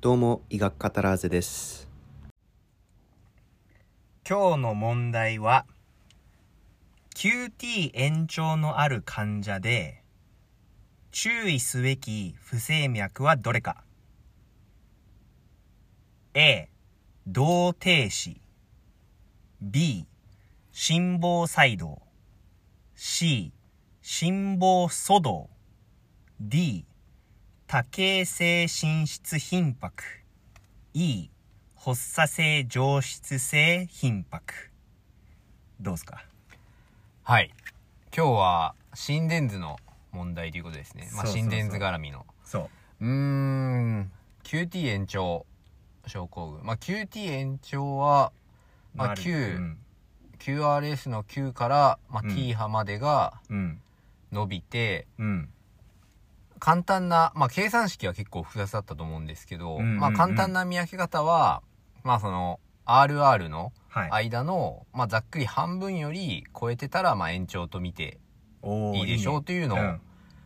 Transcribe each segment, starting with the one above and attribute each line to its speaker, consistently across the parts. Speaker 1: どうも医学カタラーゼです
Speaker 2: 今日の問題は QT 延長のある患者で注意すべき不整脈はどれか A 動停止 B 心房細動 C 心房阻動 D 多形性心室頻迫 E 発作性上質性頻迫どうですか
Speaker 3: はい今日は心電図の問題ということですね、まあ、
Speaker 2: そうそうそう
Speaker 3: 心電図絡みの
Speaker 2: そう
Speaker 3: うーん QT 延長症候群まあ QT 延長は、まあ、
Speaker 2: る
Speaker 3: Q、
Speaker 2: うん、
Speaker 3: QRS の Q から、ま
Speaker 2: う
Speaker 3: あ、
Speaker 2: ん
Speaker 3: T 波までが
Speaker 2: うん
Speaker 3: 伸びて、
Speaker 2: うん
Speaker 3: 簡単な、まあ、計算式は結構複雑だったと思うんですけど、
Speaker 2: うんうんうん
Speaker 3: まあ、簡単な見分け方はまあその RR の
Speaker 2: はい
Speaker 3: 間の、まあ、ざっくり半分より超えてたら、まあ、延長と見て
Speaker 2: おー
Speaker 3: いいでしょうというのを
Speaker 2: ね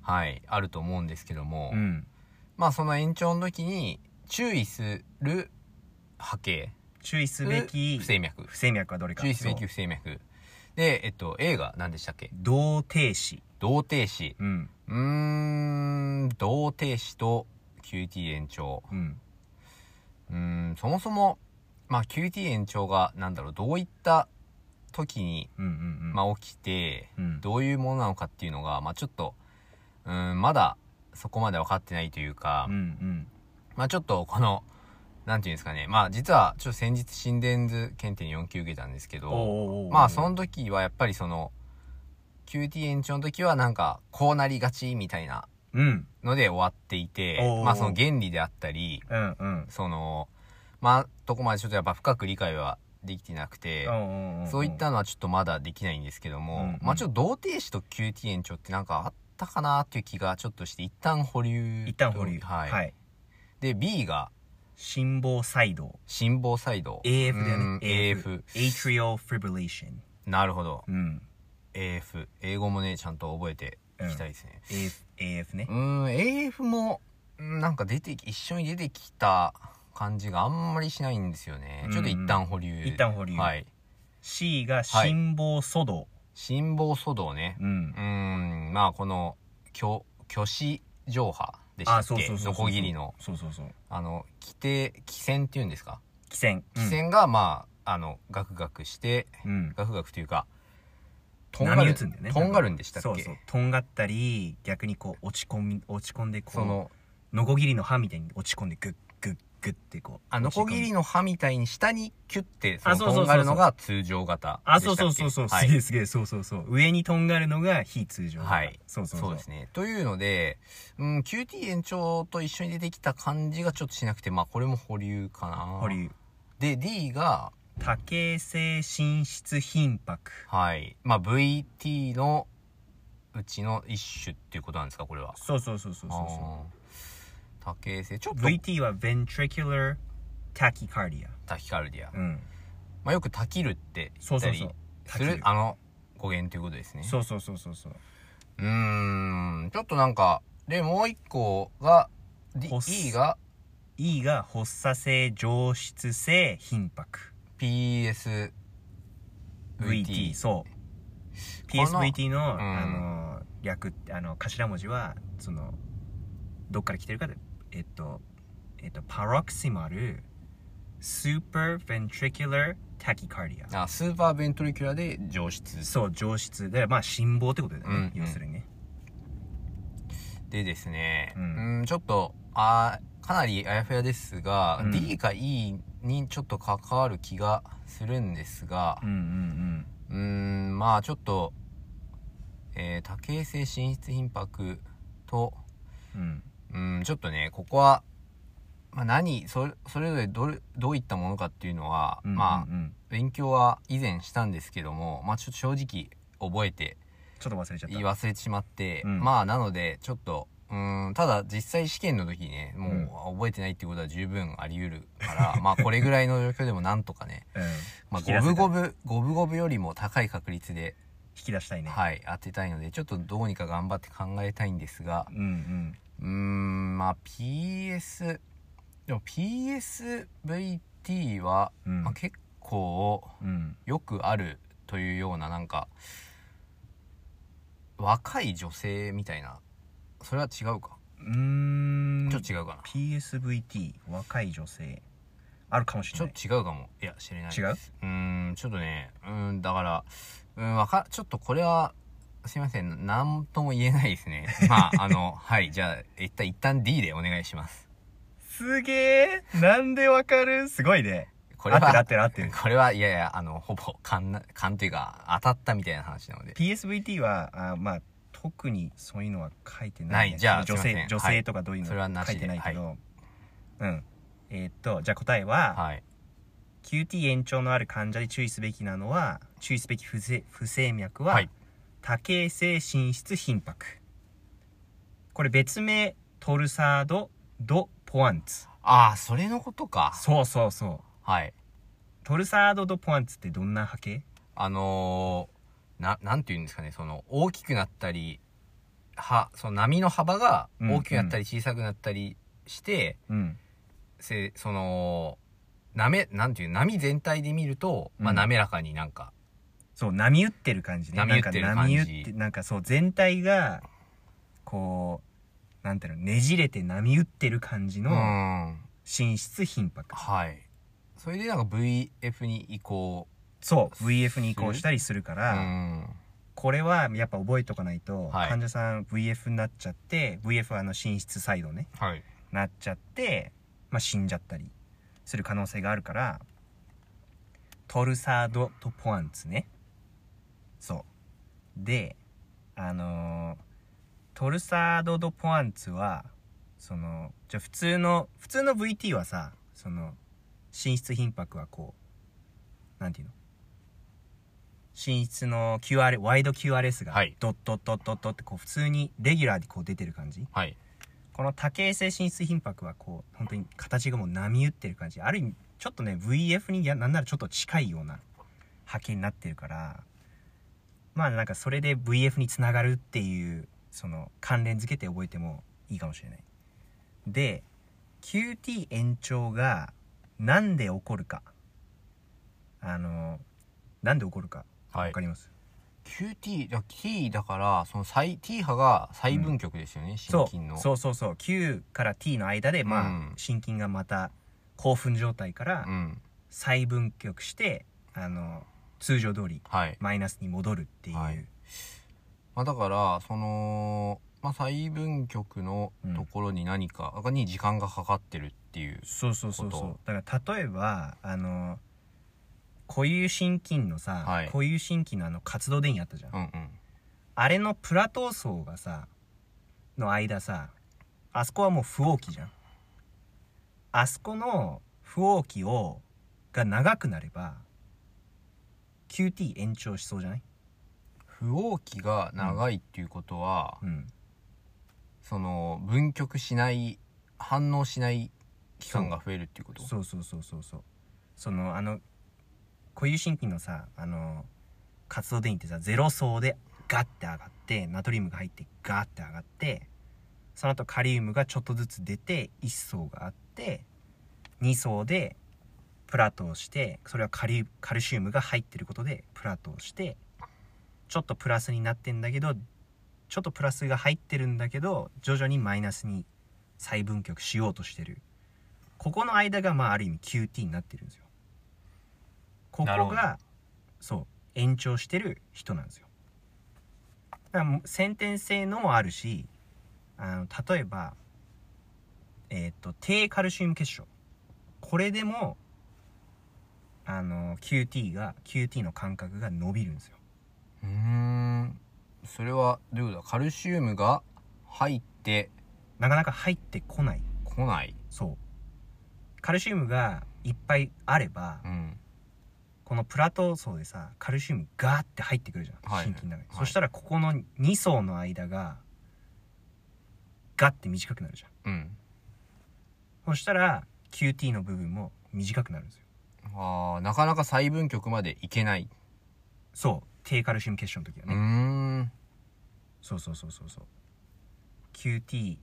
Speaker 3: はい、あると思うんですけども、
Speaker 2: うん、うん
Speaker 3: まあその延長の時に注意する波形
Speaker 2: 注意すべき
Speaker 3: 不整脈
Speaker 2: 不整脈はどれか
Speaker 3: 注意すべき
Speaker 2: そう
Speaker 3: 不整脈でえっと A が何でしたっけ
Speaker 2: 動停止
Speaker 3: 動停止
Speaker 2: うん
Speaker 3: うーん動停止と QT 延長
Speaker 2: うん
Speaker 3: うーんそもそもまあ QT 延長がなんだろうどういった時に、
Speaker 2: うんうんうん
Speaker 3: まあ、起きて
Speaker 2: うん
Speaker 3: どういうものなのかっていうのがまあちょっとうーんまだそこまで分かってないというか、
Speaker 2: うんうん
Speaker 3: まあちょっとこの、なんていうんですかね。まあ実は、ちょっと先日心電図検定4級受けたんですけ
Speaker 2: お
Speaker 3: ど、
Speaker 2: ーおーおー
Speaker 3: まあその時はやっぱりその、QT 延長の時はなんか、こうなりがちみたいな
Speaker 2: うん
Speaker 3: ので終わっていて
Speaker 2: おうおう、
Speaker 3: まあその原理であったり、
Speaker 2: うんうん
Speaker 3: その、まあ、とこまでちょっとやっぱ深く理解はできてなくて
Speaker 2: お、ーおーおー
Speaker 3: そういったのはちょっとまだできないんですけ
Speaker 2: う
Speaker 3: ど
Speaker 2: んう
Speaker 3: も
Speaker 2: ん、
Speaker 3: まあちょっと動停止と QT 延長ってなんかあったかなっていう気がちょっとして、一旦保留。
Speaker 2: 一旦保留
Speaker 3: はい。で、B が、
Speaker 2: 心房細動
Speaker 3: 心房細動
Speaker 2: AF だよ
Speaker 3: うん
Speaker 2: ね
Speaker 3: AF
Speaker 2: atrial fibrillation
Speaker 3: なるほど
Speaker 2: うん
Speaker 3: AF 英語もねちゃんと覚えていきたいですね
Speaker 2: AF AF ね
Speaker 3: うーん AF もうんなんか出てき一緒に出てきた感じがあんまりしないんですよね、
Speaker 2: うん
Speaker 3: ちょっと一旦保留
Speaker 2: 一旦保留
Speaker 3: はい
Speaker 2: C が心房阻動、
Speaker 3: 心房阻動ね
Speaker 2: うん
Speaker 3: うーんまあこの虚虚子上波でしたっけノコギリの
Speaker 2: そうそうそう
Speaker 3: あの規定規線っていうんですか
Speaker 2: 汽船
Speaker 3: 規線がまあ、あのガクガクして
Speaker 2: うん、うん
Speaker 3: ガクガクというかとんが
Speaker 2: 波
Speaker 3: る
Speaker 2: 打つんだよね
Speaker 3: とんがるんでしたっけ
Speaker 2: そうそうとんがったり逆にこう落ち込み落ち込んでこう
Speaker 3: その
Speaker 2: ノコギリの刃みたいに落ち込んでグッグッグッってこう
Speaker 3: あノコギリ
Speaker 2: の
Speaker 3: の刃みたいに下にキュッてそ
Speaker 2: あ
Speaker 3: の
Speaker 2: そうそうそうそう
Speaker 3: とんがるのが通常型
Speaker 2: あ
Speaker 3: でした
Speaker 2: そ
Speaker 3: っ
Speaker 2: う
Speaker 3: け
Speaker 2: そうそうそう、
Speaker 3: は
Speaker 2: すげ
Speaker 3: い
Speaker 2: えすげえそうそうそう上にとんがるのが非通常
Speaker 3: はい
Speaker 2: そうそうそう
Speaker 3: そうですねというので、うん、QT 延長と一緒に出てきた感じがちょっとしなくてまあこれも保留かな
Speaker 2: 保留
Speaker 3: で D が
Speaker 2: 多形性心室頻迫
Speaker 3: はいまあ VT のうちの一種っていうことなんですかこれは
Speaker 2: そうそうそうそうそうそ
Speaker 3: あー多形性ちょっ
Speaker 2: う
Speaker 3: と
Speaker 2: VT は ventricular tachycardia
Speaker 3: タキカルディア、
Speaker 2: うん
Speaker 3: まあ、よくタキルって
Speaker 2: そ
Speaker 3: 言
Speaker 2: う
Speaker 3: った
Speaker 2: そうそ
Speaker 3: り
Speaker 2: う
Speaker 3: するあの語源ということですね
Speaker 2: そうそうそうそうそう
Speaker 3: うーんちょっとなんかでもう一個が D
Speaker 2: ホス
Speaker 3: E が
Speaker 2: E が発作性上質性頻迫
Speaker 3: PSVT
Speaker 2: VT そう
Speaker 3: この
Speaker 2: PSVT の,、
Speaker 3: ん
Speaker 2: あの略あの頭文字はそのどっから来てるかでえっとえっとパロクシマルスーパーベントリキュラータキカーディア
Speaker 3: あスーパーベントリキュラで上質
Speaker 2: そう上質でまあ心房ってことだよね、
Speaker 3: うん
Speaker 2: 要するにね
Speaker 3: でですね
Speaker 2: う
Speaker 3: うんんちょっとあーかなりあやふやですが、
Speaker 2: うん
Speaker 3: D か E にちょっと関わる気がするんですが
Speaker 2: うんうん
Speaker 3: うーんまあちょっと、えー多形性心室頻迫と
Speaker 2: うんうん
Speaker 3: うん、ちょっとね、ここは、まあ、何、それ、それぞれどれ、どういったものかっていうのは、
Speaker 2: うん
Speaker 3: ま
Speaker 2: う
Speaker 3: あ、
Speaker 2: んうん
Speaker 3: 勉強は以前したんですけども、まあ、ちょっと正直、覚えて、
Speaker 2: ちょっと忘れちゃった
Speaker 3: 言い忘れてしまって、
Speaker 2: うん
Speaker 3: まあ、なので、ちょっと、うん、ただ、実際試験の時にね、もう、覚えてないっていうことは十分あり得るから、 まあ、これぐらいの状況でもなんとかね、
Speaker 2: うん、
Speaker 3: まあ、
Speaker 2: 引き出せ
Speaker 3: 五
Speaker 2: た
Speaker 3: 分五分、五分五分よりも高い確率で、
Speaker 2: 引き出したいね、
Speaker 3: はい、当てたいので、ちょっとどうにか頑張って考えたいんですが、
Speaker 2: うんうん
Speaker 3: うーんまあ PS でも PSVT は、
Speaker 2: うん
Speaker 3: まあ、結構
Speaker 2: うん。
Speaker 3: よくあるというようななんか若い女性みたいなそれは違うか
Speaker 2: うーん
Speaker 3: ちょっと違うかな、
Speaker 2: PSVT 若い女性あるかもし
Speaker 3: ち
Speaker 2: れ
Speaker 3: ょ
Speaker 2: な
Speaker 3: っ
Speaker 2: い
Speaker 3: と違うかもいや知れない
Speaker 2: 違う
Speaker 3: うーんちょっとねうーんだからうんわかちょっとこれはすいません何とも言えないですねまああのはいじゃあ一旦一旦 D でお願いします
Speaker 2: すげえなんでわかるすごいね
Speaker 3: これは
Speaker 2: 合ってる合ってる合って
Speaker 3: これはいやいやあのほぼ勘な勘というか当たったみたいな話なので
Speaker 2: PSVT はあまあ特にそういうのは書いてない,、
Speaker 3: ないじゃあ
Speaker 2: 女
Speaker 3: すいませ
Speaker 2: 性
Speaker 3: ん
Speaker 2: 女性とかどういう
Speaker 3: はいそれはな
Speaker 2: の
Speaker 3: し
Speaker 2: 書
Speaker 3: で
Speaker 2: いてないけど、うんえーっとじゃあ答えは、
Speaker 3: はい
Speaker 2: QT 延長のある患者で注意すべきなのは注意すべき不正不整脈は、
Speaker 3: はい
Speaker 2: 多形性心室頻迫これ別名トルサード・ド・ポアンツ
Speaker 3: ああそれのことか
Speaker 2: そうそうそう
Speaker 3: はい
Speaker 2: トルサード・ド・ポアンツってどんな波形
Speaker 3: あのー、な、なんて言うんですかね、その、大きくなったり、は、その波の幅が
Speaker 2: うん
Speaker 3: 大きくなったり小さくなったりして、
Speaker 2: うん
Speaker 3: せ、その、なめ、なんていう、波全体で見ると、まあ
Speaker 2: うん
Speaker 3: 滑らかになんか、
Speaker 2: そう波打ってる感じね
Speaker 3: 波打ってる
Speaker 2: なんか波打っ
Speaker 3: 感
Speaker 2: て
Speaker 3: じ
Speaker 2: なんかそう全体がこうなんていうのねじれて波打ってる感じ
Speaker 3: う
Speaker 2: の
Speaker 3: ん、
Speaker 2: 心室頻迫、
Speaker 3: はい。それでなんか VF に移行、
Speaker 2: そう VF に移行したりするか
Speaker 3: う
Speaker 2: ら、
Speaker 3: ん、
Speaker 2: これはやっぱ覚えとかないと、
Speaker 3: はい
Speaker 2: 患者さん VF になっちゃって VF はあの心室細動ね
Speaker 3: はい。
Speaker 2: なっちゃって、まあ、死んじゃったりする可能性があるからトルサードとポアンツねそうであのートルサードとポアンツはそのじゃあ普通の普通の VT はさその心室頻迫はこうなんていうの心室の QR ワイド QRS が
Speaker 3: はい
Speaker 2: ドッドッドッドッドッってこう普通にレギュラーでこう出てる感じ
Speaker 3: はい。
Speaker 2: この多形性心室頻迫はこう本当に形がもう波打ってる感じある意味ちょっとね VF にやなんならちょっと近いような波形になってるからまあなんかそれで VF につながるっていうその関連付けて覚えてもいいかもしれないで QT 延長がなんで起こるかあのなんで起こるか
Speaker 3: は
Speaker 2: わ
Speaker 3: い
Speaker 2: か。ります、
Speaker 3: QT、だ T だから、その細、T 波が細分極ですよね、心
Speaker 2: そ
Speaker 3: 筋の。
Speaker 2: うそうそうそう Q から T の間でまあ、
Speaker 3: うん
Speaker 2: 心筋がまた興奮状態から、
Speaker 3: うん。
Speaker 2: 再分極してあの通常通り
Speaker 3: はい。
Speaker 2: マイナスに戻るっていう、
Speaker 3: はいまあ、だからその、まあ、細分局のところに何か、に時間がかかってるっていう
Speaker 2: そうそうそう
Speaker 3: こ
Speaker 2: そうだから例えばあの固有心筋のさ、
Speaker 3: はい
Speaker 2: 固有心筋のあの活動電位あったじゃん、
Speaker 3: うんうん
Speaker 2: あれのプラトー層がさの間さあそこはもう不応期じゃんあそこの不応期をが長くなれば QT 延長しそうじゃない
Speaker 3: 不応期が長いっていうことは、
Speaker 2: うん
Speaker 3: その分局しない反応しない期間が増えるっていうこと
Speaker 2: そうそうそうそうそうそのあの固有心筋のさあの活動電位ってさゼロ層でガッて上がってナトリウムが入ってガッて上がってその後カリウムがちょっとずつ出て1層があって2層でプラトをしてそれはカリカルシウムが入ってることでプラトをしてちょっとプラスになってんだけどちょっとプラスが入ってるんだけど徐々にマイナスに再分極しようとしてるここの間がまあある意味 QT になってるんですよここ
Speaker 3: なるほど
Speaker 2: がそう延長してる人なんですよだからもう先天性のもあるしあの例えばえっ、と低カルシウム結晶これでもあの QT が QT の間隔が伸びるんですよ
Speaker 3: うーんそれはどういうことだカルシウムが入って
Speaker 2: なかなか入ってこない
Speaker 3: こない、
Speaker 2: そうカルシウムがいっぱいあれば、
Speaker 3: うん、
Speaker 2: このプラトー層でさカルシウムガーって入ってくるじゃん、
Speaker 3: はい
Speaker 2: 心筋の中に、
Speaker 3: はい
Speaker 2: そしたらここの2層の間がガッて短くなるじゃん
Speaker 3: うん
Speaker 2: そしたら QT の部分も短くなるんですよ
Speaker 3: あーなかなか細分局までいけない
Speaker 2: そう低カルシウム結晶の時は
Speaker 3: うー
Speaker 2: ね、
Speaker 3: ん
Speaker 2: そうそうそうそうそう QT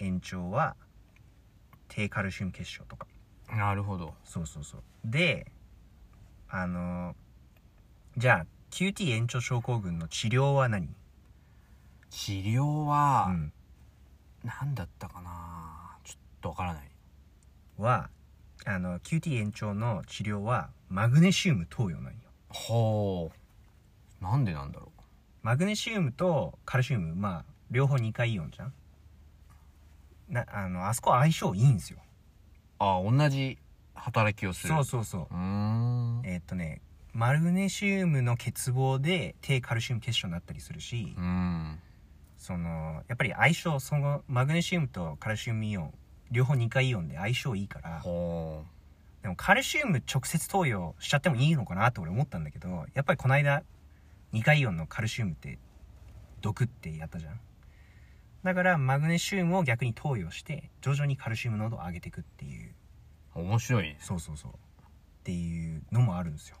Speaker 2: 延長は低カルシウム結晶とか
Speaker 3: なるほど。
Speaker 2: そうそうそうであのじゃあ QT 延長症候群の治療は何
Speaker 3: 治療は、
Speaker 2: うん、
Speaker 3: 何だったかなちょっとわからない。
Speaker 2: はあの QT 延長の治療はマグネシウム投与なんよ
Speaker 3: ほう。なんでなんだろ
Speaker 2: マグネシウムとカルシウムまあ両方2回イオンじゃんなあのあそこは相性いいんですよ
Speaker 3: う。ああ、同じ働きをする。
Speaker 2: そうそうそう
Speaker 3: うーん。
Speaker 2: えーっとねマグネシウムの欠乏で低カルシウム結晶になったりするし、
Speaker 3: うん。
Speaker 2: そのやっぱり相性そのマグネシウムとカルシウムイオン両方2回イオンで相性いいから
Speaker 3: ほう。
Speaker 2: でもカルシウム直接投与しちゃってもいいのかなって俺思ったんだけどやっぱりこの間2回イオンのカルシウムって毒ってやったじゃんだからマグネシウムを逆に投与して徐々にカルシウム濃度を上げていくっていう
Speaker 3: 面白いです。
Speaker 2: そうそうそうっていうのもあるんですよ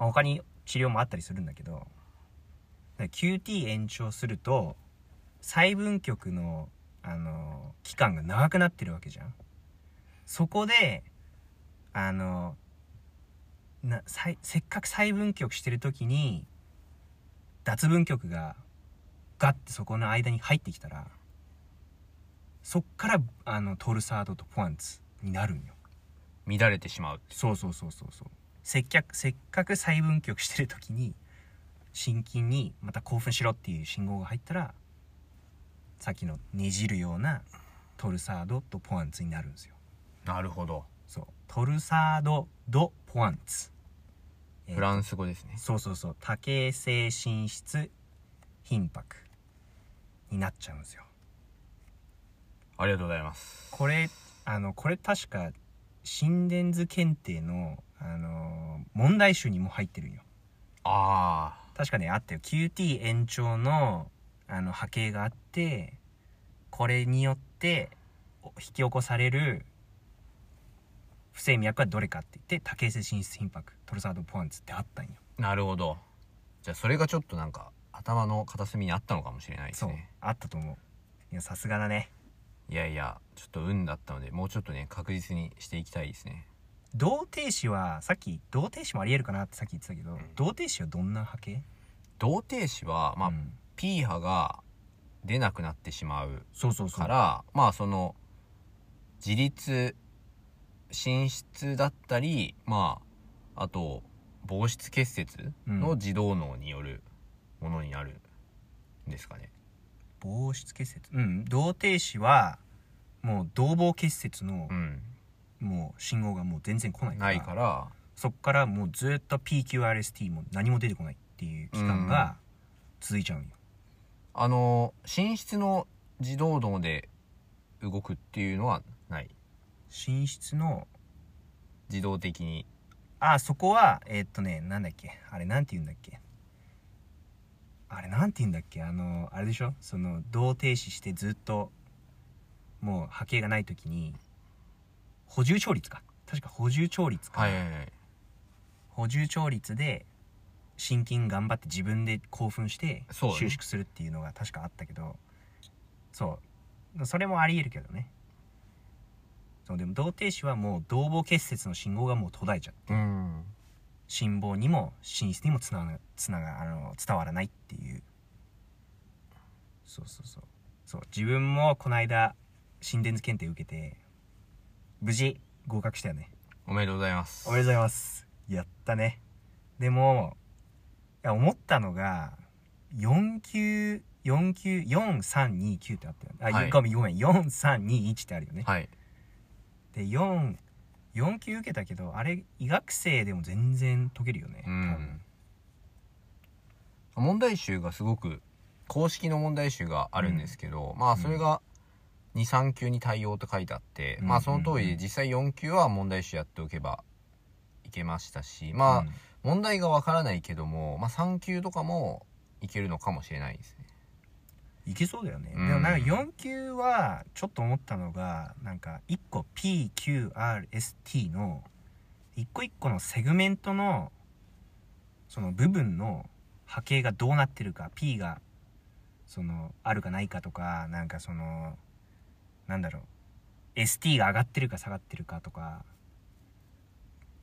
Speaker 2: まあ他に治療もあったりするんだけどだから QT 延長すると細分局のあの期間が長くなってるわけじゃんそこであのなさいせっかく細分局してる時に脱分局がガッてそこの間に入ってきたらそっからあのトルサードとポアンツになるんよ
Speaker 3: 乱れてしまう。
Speaker 2: そうそうそうそうそうせっかくせっかく細分局してる時に心筋にまた興奮しろっていう信号が入ったらさっきのねじるようなトルサードとポアンツになるんですよ
Speaker 3: なるほど。
Speaker 2: そうトルサード・ド・ポアンツえー
Speaker 3: フランス語ですね。
Speaker 2: そうそうそう多形性心室頻迫になっちゃうんですよ
Speaker 3: ありがとうございます。
Speaker 2: これあのこれ確か心電図検定の、あのー問題集にも入ってるんよ
Speaker 3: あ
Speaker 2: 確かねあったよ QT 延長のあの波形があってこれによってお引き起こされる不整脈はどれかって言って多形性心室頻迫トルサードポアンツってあったんよ
Speaker 3: あ、なるほど。じゃあ、それがちょっとなんか、頭の片隅にあったのかもしれないです
Speaker 2: そう
Speaker 3: ね。
Speaker 2: あったと思ういやさすがだね
Speaker 3: いやいや、ちょっと運だったので、もうちょっとね、確実にしていきたいですね。
Speaker 2: 動停止はさっき動停止もありえるかなってさっき言ってたけど、動停止はどんな波形
Speaker 3: 動停止は、まあ、
Speaker 2: うん
Speaker 3: P 波が出なくなってしまう
Speaker 2: そうそうそう
Speaker 3: から、まあその自律寝室だったりまああと房室結節
Speaker 2: う
Speaker 3: の
Speaker 2: ん
Speaker 3: 自動脳によるものになるんですかね、
Speaker 2: 房室結節うん動停止はもう同房結節の
Speaker 3: うん
Speaker 2: もう信号がもう全然来ないから
Speaker 3: ないから
Speaker 2: そっからもうずっと PQRST も何も出てこないっていう期間が続いちゃうんよ、
Speaker 3: あの寝室の自動脳で動くっていうのはない
Speaker 2: 寝室の
Speaker 3: 自動的に
Speaker 2: あそこはえーっとねなんだっけあれなんて言うんだっけあれなんて言うんだっけあのあれでしょその動停止してずっともう波形がない時に補充調律か確か補充調律か、
Speaker 3: はいはいはい
Speaker 2: 補充調律で心筋頑張って自分で興奮して
Speaker 3: そうだね
Speaker 2: 収縮するっていうのが確かあったけどそうそれもありえるけどねそうでも動停止はもう動房結節の信号がもう途絶えちゃう
Speaker 3: うん
Speaker 2: 心房にも心室にもつながつながあの伝わらないっていうそうそうそうそう自分もこの間心電図検定受けて無事合格したよね
Speaker 3: おめでとうございます
Speaker 2: おめでとうございますやったねでもいや思ったのが4級4級4329ってあったよねあ、
Speaker 3: はい
Speaker 2: ごめんごめん4321ってあるよね、
Speaker 3: はい
Speaker 2: で44級受けたけどあれ医学生でも全然解けるよね、
Speaker 3: う
Speaker 2: 多分
Speaker 3: ん、問題集がすごく公式の問題集があるんですけど、まあそれが23級に対応と書いてあって、
Speaker 2: うん
Speaker 3: まあその通りで実際4級は問題集やっておけばいけましたしまあ、
Speaker 2: うん
Speaker 3: 問題がわからないけども、まあ、3級とかもいけるのかもしれないですね。
Speaker 2: いけそうだよね、
Speaker 3: うん
Speaker 2: でもなんか4級はちょっと思ったのがなんか1個 PQRST の1個1個のセグメントのその部分の波形がどうなってるか P がそのあるかないかとかなんかそのなんだろう ST が上がってるか下がってるかとか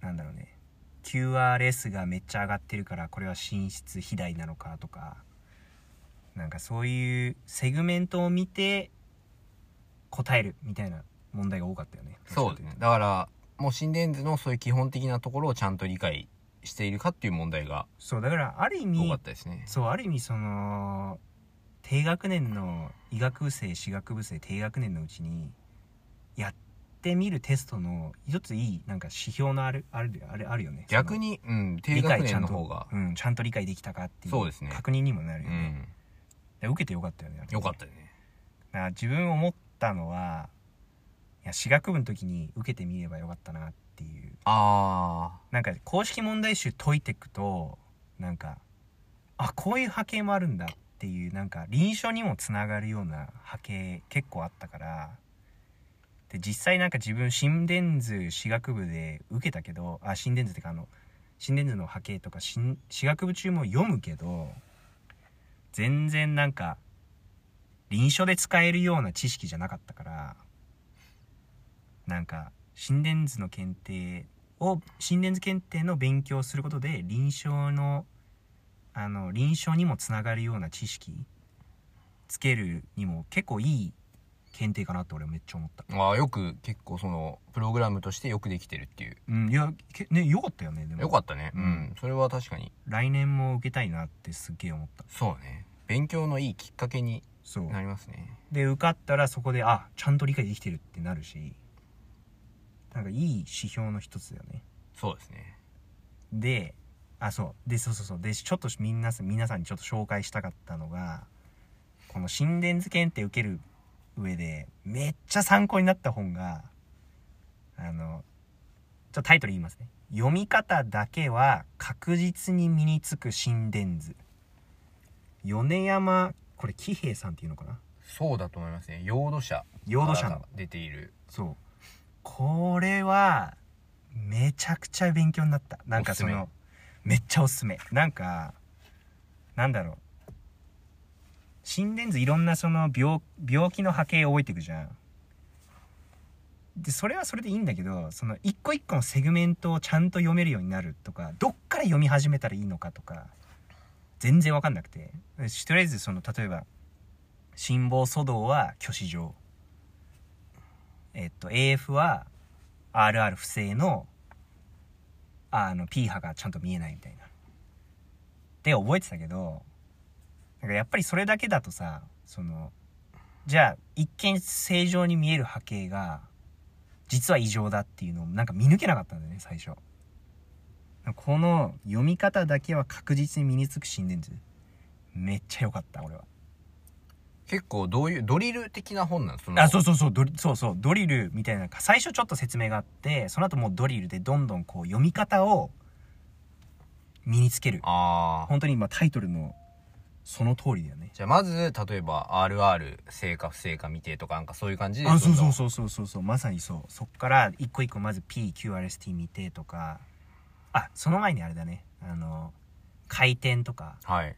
Speaker 2: なんだろうね QRS がめっちゃ上がってるからこれは進出肥大なのかとかなんかそういうセグメントを見て答えるみたいな問題が多かったよね
Speaker 3: そうですねだからもう心電図のそういう基本的なところをちゃんと理解しているかっていう問題が
Speaker 2: そうだからある意
Speaker 3: 多
Speaker 2: 味
Speaker 3: かったですね
Speaker 2: そうある意味その低学年の医学部生私学部生低学年のうちにやってみるテストの一ついいなんか指標のあるあるあるあるよね
Speaker 3: 逆に、うん、
Speaker 2: その
Speaker 3: 低学年の方が
Speaker 2: 理解ちゃんと、うん、ちゃんと理解できたかっていう
Speaker 3: そうですね
Speaker 2: 確認にもなる
Speaker 3: う
Speaker 2: よね、
Speaker 3: ん
Speaker 2: で受けてよかったよねあれね
Speaker 3: よかったよね
Speaker 2: だから自分思ったのはいや私学部の時に受けてみればよかったなっていう
Speaker 3: あ
Speaker 2: なんか公式問題集解いていくとなんかあこういう波形もあるんだっていうなんか臨床にもつながるような波形結構あったからで実際なんか自分心電図私学部で受けたけどあ心電図ってかあの心電図の波形とか心私学部中も読むけど全然なんか臨床で使えるような知識じゃなかったからなんか心電図の検定を心電図検定の勉強をすることで臨床のあの臨床にもつながるような知識つけるにも結構いい検定かなって俺めっちゃ思った
Speaker 3: ーあーよく結構そのプログラムとしてよくできてるっていう
Speaker 2: うんいやけねよかったよねでも
Speaker 3: よかったねうん、
Speaker 2: うん
Speaker 3: それは確かに
Speaker 2: 来年も受けたいなってすっげえ思った
Speaker 3: そうね勉強のいいきっかけに
Speaker 2: そう
Speaker 3: なりますね
Speaker 2: で受かったらそこであちゃんと理解できてるってなるしなんかいい指標の一つだよね
Speaker 3: そうですね
Speaker 2: であそうでそうそうそうでちょっとみんな皆さんにちょっと紹介したかったのがこの心電図検定受ける上でめっちゃ参考になった本があのちょっとタイトル言いますね「読み方だけは確実に身につく心電図」米山これ喜平さんっていうのかな
Speaker 3: そうだと思いますね用土者
Speaker 2: 用土者の
Speaker 3: 出ている
Speaker 2: そうこれはめちゃくちゃ勉強になったなんかそ
Speaker 3: おすす
Speaker 2: のめっちゃおすすめなんかなんだろう心電図いろんなその病病気の波形を覚えていくじゃんでそれはそれでいいんだけどその一個一個のセグメントをちゃんと読めるようになるとかどっから読み始めたらいいのかとか全然わかんなくてとりあえずその例えば心房粗動は虚子状えっと AF は RR 不正のあの P 波がちゃんと見えないみたいな。で覚えてたけどなんかやっぱりそれだけだとさそのじゃあ一見正常に見える波形が実は異常だっていうのをなんか見抜けなかったんだよね最初。この読み方だけは確実に身につく心電図めっちゃ良かった俺は。
Speaker 3: 結構どういうドリル的な本なんです
Speaker 2: あそううそうそうドリそうそうドリルみたいな最初ちょっと説明があってその後もうドリルでどんどんこう読み方を身につける
Speaker 3: ああ
Speaker 2: 本当に今タイトルのその通りだよね
Speaker 3: じゃあまず例えば RR 正か不正か見てとかなんかそういう感じで
Speaker 2: あ
Speaker 3: ど
Speaker 2: そ
Speaker 3: ん
Speaker 2: う
Speaker 3: ど
Speaker 2: そ
Speaker 3: ん
Speaker 2: うそうそうそうそうまさにそうそっから一個一個まず PQRST 見てとかあその前にあれだねあの回転とか
Speaker 3: はい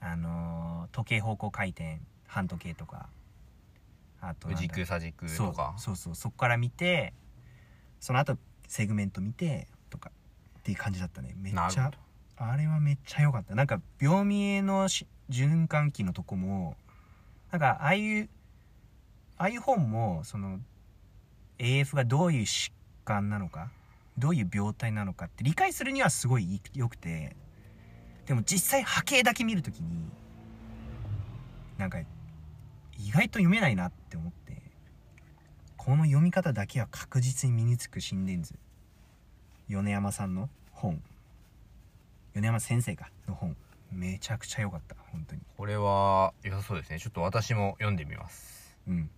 Speaker 2: あの時計方向回転半時計とかあとなんだろう
Speaker 3: 軸左軸とか
Speaker 2: そうそうそうそこから見てその後セグメント見てとかっていう感じだったねめっ
Speaker 3: なる
Speaker 2: ちゃあれはめっちゃ良かったなんか病見えのし循環器のとこもなんかああいうああいう本もその AF がどういう疾患なのかどういう病態なのかって理解するにはすごいい良くてでも実際波形だけ見るときになんか意外と読めないなって思ってこの読み方だけは確実に身につく心電図米山さんの本米山先生かの本めちゃくちゃ良かった本当に
Speaker 3: これは良さそうですねちょっと私も読んでみます
Speaker 2: うん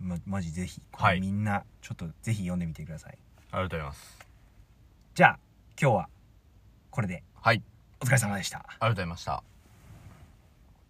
Speaker 2: まマジぜひこ
Speaker 3: は
Speaker 2: れ
Speaker 3: い
Speaker 2: みんなちょっとぜひ読んでみてください、
Speaker 3: ありがとうございます
Speaker 2: じゃあ今日はこれで
Speaker 3: はい
Speaker 2: お疲れ様でした
Speaker 3: ありがとうございました